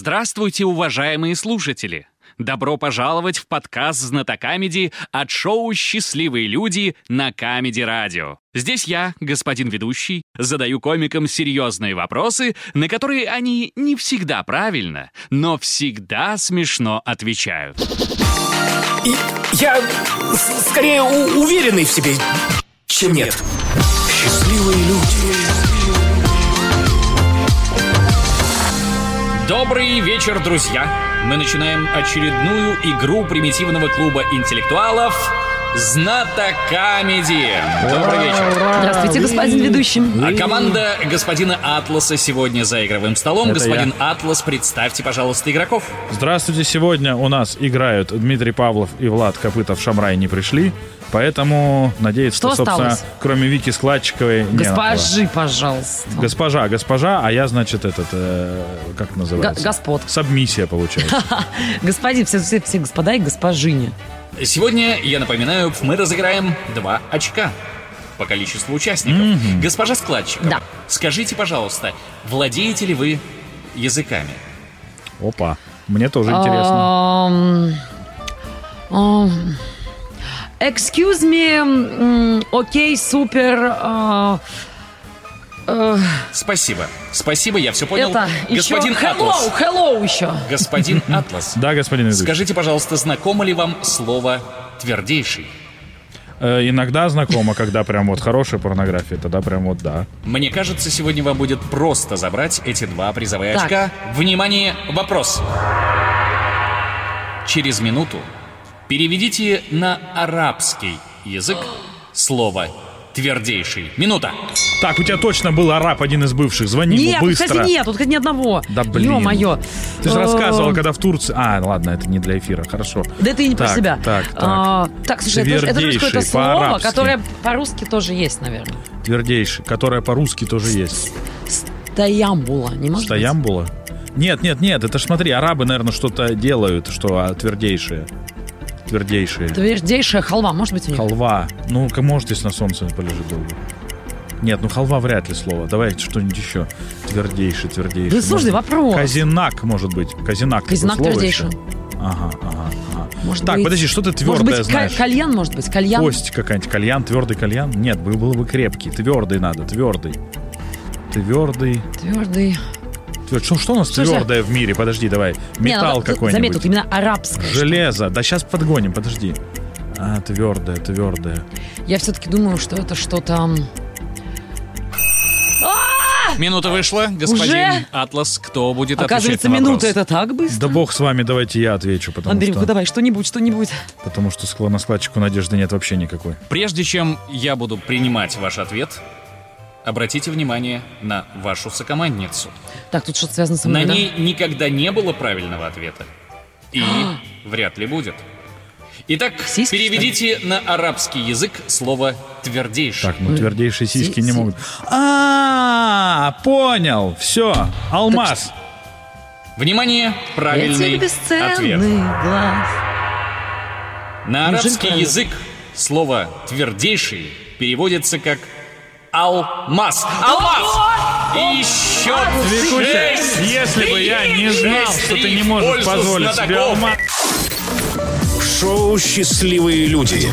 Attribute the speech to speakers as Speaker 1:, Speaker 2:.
Speaker 1: Здравствуйте, уважаемые слушатели! Добро пожаловать в подкаст «Знатокамеди» от шоу «Счастливые люди» на Камеди Радио. Здесь я, господин ведущий, задаю комикам серьезные вопросы, на которые они не всегда правильно, но всегда смешно отвечают.
Speaker 2: И я с- скорее у- уверенный в себе, чем нет. Счастливые люди.
Speaker 3: Добрый вечер, друзья! Мы начинаем очередную игру примитивного клуба интеллектуалов «Знатокамеди». Добрый вечер.
Speaker 4: Здравствуйте, господин ведущий.
Speaker 3: А команда господина Атласа сегодня за игровым столом. Господин Атлас, представьте, пожалуйста, игроков.
Speaker 5: Здравствуйте, сегодня у нас играют Дмитрий Павлов и Влад Копытов Шамрай не пришли, поэтому надеюсь, что,
Speaker 4: Что
Speaker 5: собственно,
Speaker 4: осталось?
Speaker 5: кроме Вики Складчиковой не на
Speaker 4: Госпожи, пожалуйста.
Speaker 5: кого. Госпожа, госпожа, а я, значит, этот, э, как называется?
Speaker 4: Г- господ.
Speaker 5: Сабмиссия, получается.
Speaker 4: Господин, все, все, все господа и госпожини.
Speaker 3: Сегодня, я напоминаю, мы разыграем два очка по количеству участников. Госпожа Складчикова,
Speaker 4: Да.
Speaker 3: скажите, пожалуйста, владеете ли вы языками?
Speaker 5: Опа, мне тоже
Speaker 4: А,
Speaker 5: интересно.
Speaker 4: Ам, ам. Excuse me, м, окей, супер. а, э,
Speaker 3: Спасибо. Спасибо, я все понял.
Speaker 4: Это еще
Speaker 3: Господин
Speaker 4: hello,
Speaker 3: Атлас.
Speaker 4: hello еще.
Speaker 3: Господин Атлас.
Speaker 5: Да, господин ведущий.
Speaker 3: Скажите, пожалуйста, знакомо ли вам слово твердейший?
Speaker 5: Э, иногда знакомо, когда прям вот хорошая порнография, тогда прям вот да.
Speaker 3: Мне кажется, сегодня вам будет просто забрать эти два призовые
Speaker 4: Так.
Speaker 3: очка. Внимание, вопрос. Через минуту переведите на арабский язык слово твердейший. Минута.
Speaker 5: Так, у тебя точно был араб, один из бывших, звони ему
Speaker 4: Нет, тут,
Speaker 5: быстро.
Speaker 4: кстати, нет, тут, кстати, ни одного.
Speaker 5: Да блин.
Speaker 4: Ё-моё.
Speaker 5: Ты же
Speaker 4: Э,
Speaker 5: рассказывала, когда в Турции... А, ладно, это не для эфира, хорошо.
Speaker 4: Да это и не про
Speaker 5: Так,
Speaker 4: себя.
Speaker 5: так, так.
Speaker 4: А, так, слушай, это же- это же
Speaker 5: Твердейший,
Speaker 4: какое-то слово,
Speaker 5: по-арабски.
Speaker 4: которое по-русски тоже есть, наверное.
Speaker 5: Твердейший, которая по-русски тоже есть.
Speaker 4: Таямбула, не может быть?
Speaker 5: Стоямбула? Нет, нет, нет, это ж смотри, арабы, наверное, что-то делают, что а, твердейшие. Твердейшие.
Speaker 4: Твердейшая халва, может быть, у них?
Speaker 5: Халва. Ну, Ну-ка, может, если на солнце полежит долго. Нет, ну халва вряд ли слово. Давай что-нибудь еще. Твердейший, твердейший.
Speaker 4: Да
Speaker 5: Может,
Speaker 4: слушай, вопрос.
Speaker 5: Казинак, может быть. Казинак. такое
Speaker 4: Казинак
Speaker 5: слово
Speaker 4: твердейший.
Speaker 5: еще. Ага, ага, ага.
Speaker 4: Может
Speaker 5: так,
Speaker 4: быть-
Speaker 5: подожди, что ты твердое
Speaker 4: Может быть, ка-
Speaker 5: знаешь?
Speaker 4: кальян, может быть, кальян.
Speaker 5: Кость какая-нибудь, кальян, твердый кальян? Нет, был, было бы крепкий. Твердый надо, твердый. Твердый.
Speaker 4: Твердый.
Speaker 5: Твер- Что, что у нас
Speaker 4: Слушай,
Speaker 5: твердое в мире? Подожди, давай.
Speaker 4: Не,
Speaker 5: Металл
Speaker 4: надо-
Speaker 5: какой-нибудь.
Speaker 4: Заметь, тут ну, именно арабское.
Speaker 5: Железо. Да сейчас подгоним, подожди. А, твердое, твердое.
Speaker 4: Я все-таки думаю, что это что-то... м,
Speaker 3: Минута вышла. Господин
Speaker 4: Уже?
Speaker 3: Атлас, кто будет
Speaker 4: Оказывается,
Speaker 3: отвечать на
Speaker 4: минута
Speaker 3: вопрос?
Speaker 4: это так быстро.
Speaker 5: Да бог с вами, давайте я отвечу, потому
Speaker 4: Андрей,
Speaker 5: что,
Speaker 4: ну давай, что-нибудь, что-нибудь.
Speaker 5: потому что скло- на складчику надежды нет вообще никакой.
Speaker 3: Прежде чем я буду принимать ваш ответ, обратите внимание на вашу сокомандницу.
Speaker 4: Так, тут что-то связано со
Speaker 3: На
Speaker 4: мной, да?
Speaker 3: ней никогда не было правильного ответа. И вряд ли будет. Итак,
Speaker 4: Сиськи,
Speaker 3: переведите на арабский язык слово твердейший.
Speaker 5: Так, ну твердейшие
Speaker 4: си-
Speaker 5: сиськи не
Speaker 4: си-
Speaker 5: могут. А, понял, все, алмаз.
Speaker 3: Внимание, правильный
Speaker 4: Эти бесценный
Speaker 3: ответ.
Speaker 4: глаз.
Speaker 3: На
Speaker 4: Ну,
Speaker 3: арабский
Speaker 4: джентльмен.
Speaker 3: язык слово твердейший переводится как алмаз. Алмаз! И еще
Speaker 5: Викуся,
Speaker 3: шесть
Speaker 5: если бы я не знал,
Speaker 3: шесть
Speaker 5: что ты
Speaker 3: три
Speaker 5: не
Speaker 3: в
Speaker 5: можешь
Speaker 3: пользу
Speaker 5: позволить себе
Speaker 3: знатоков.
Speaker 5: алмаз.
Speaker 2: Шоу «Счастливые люди».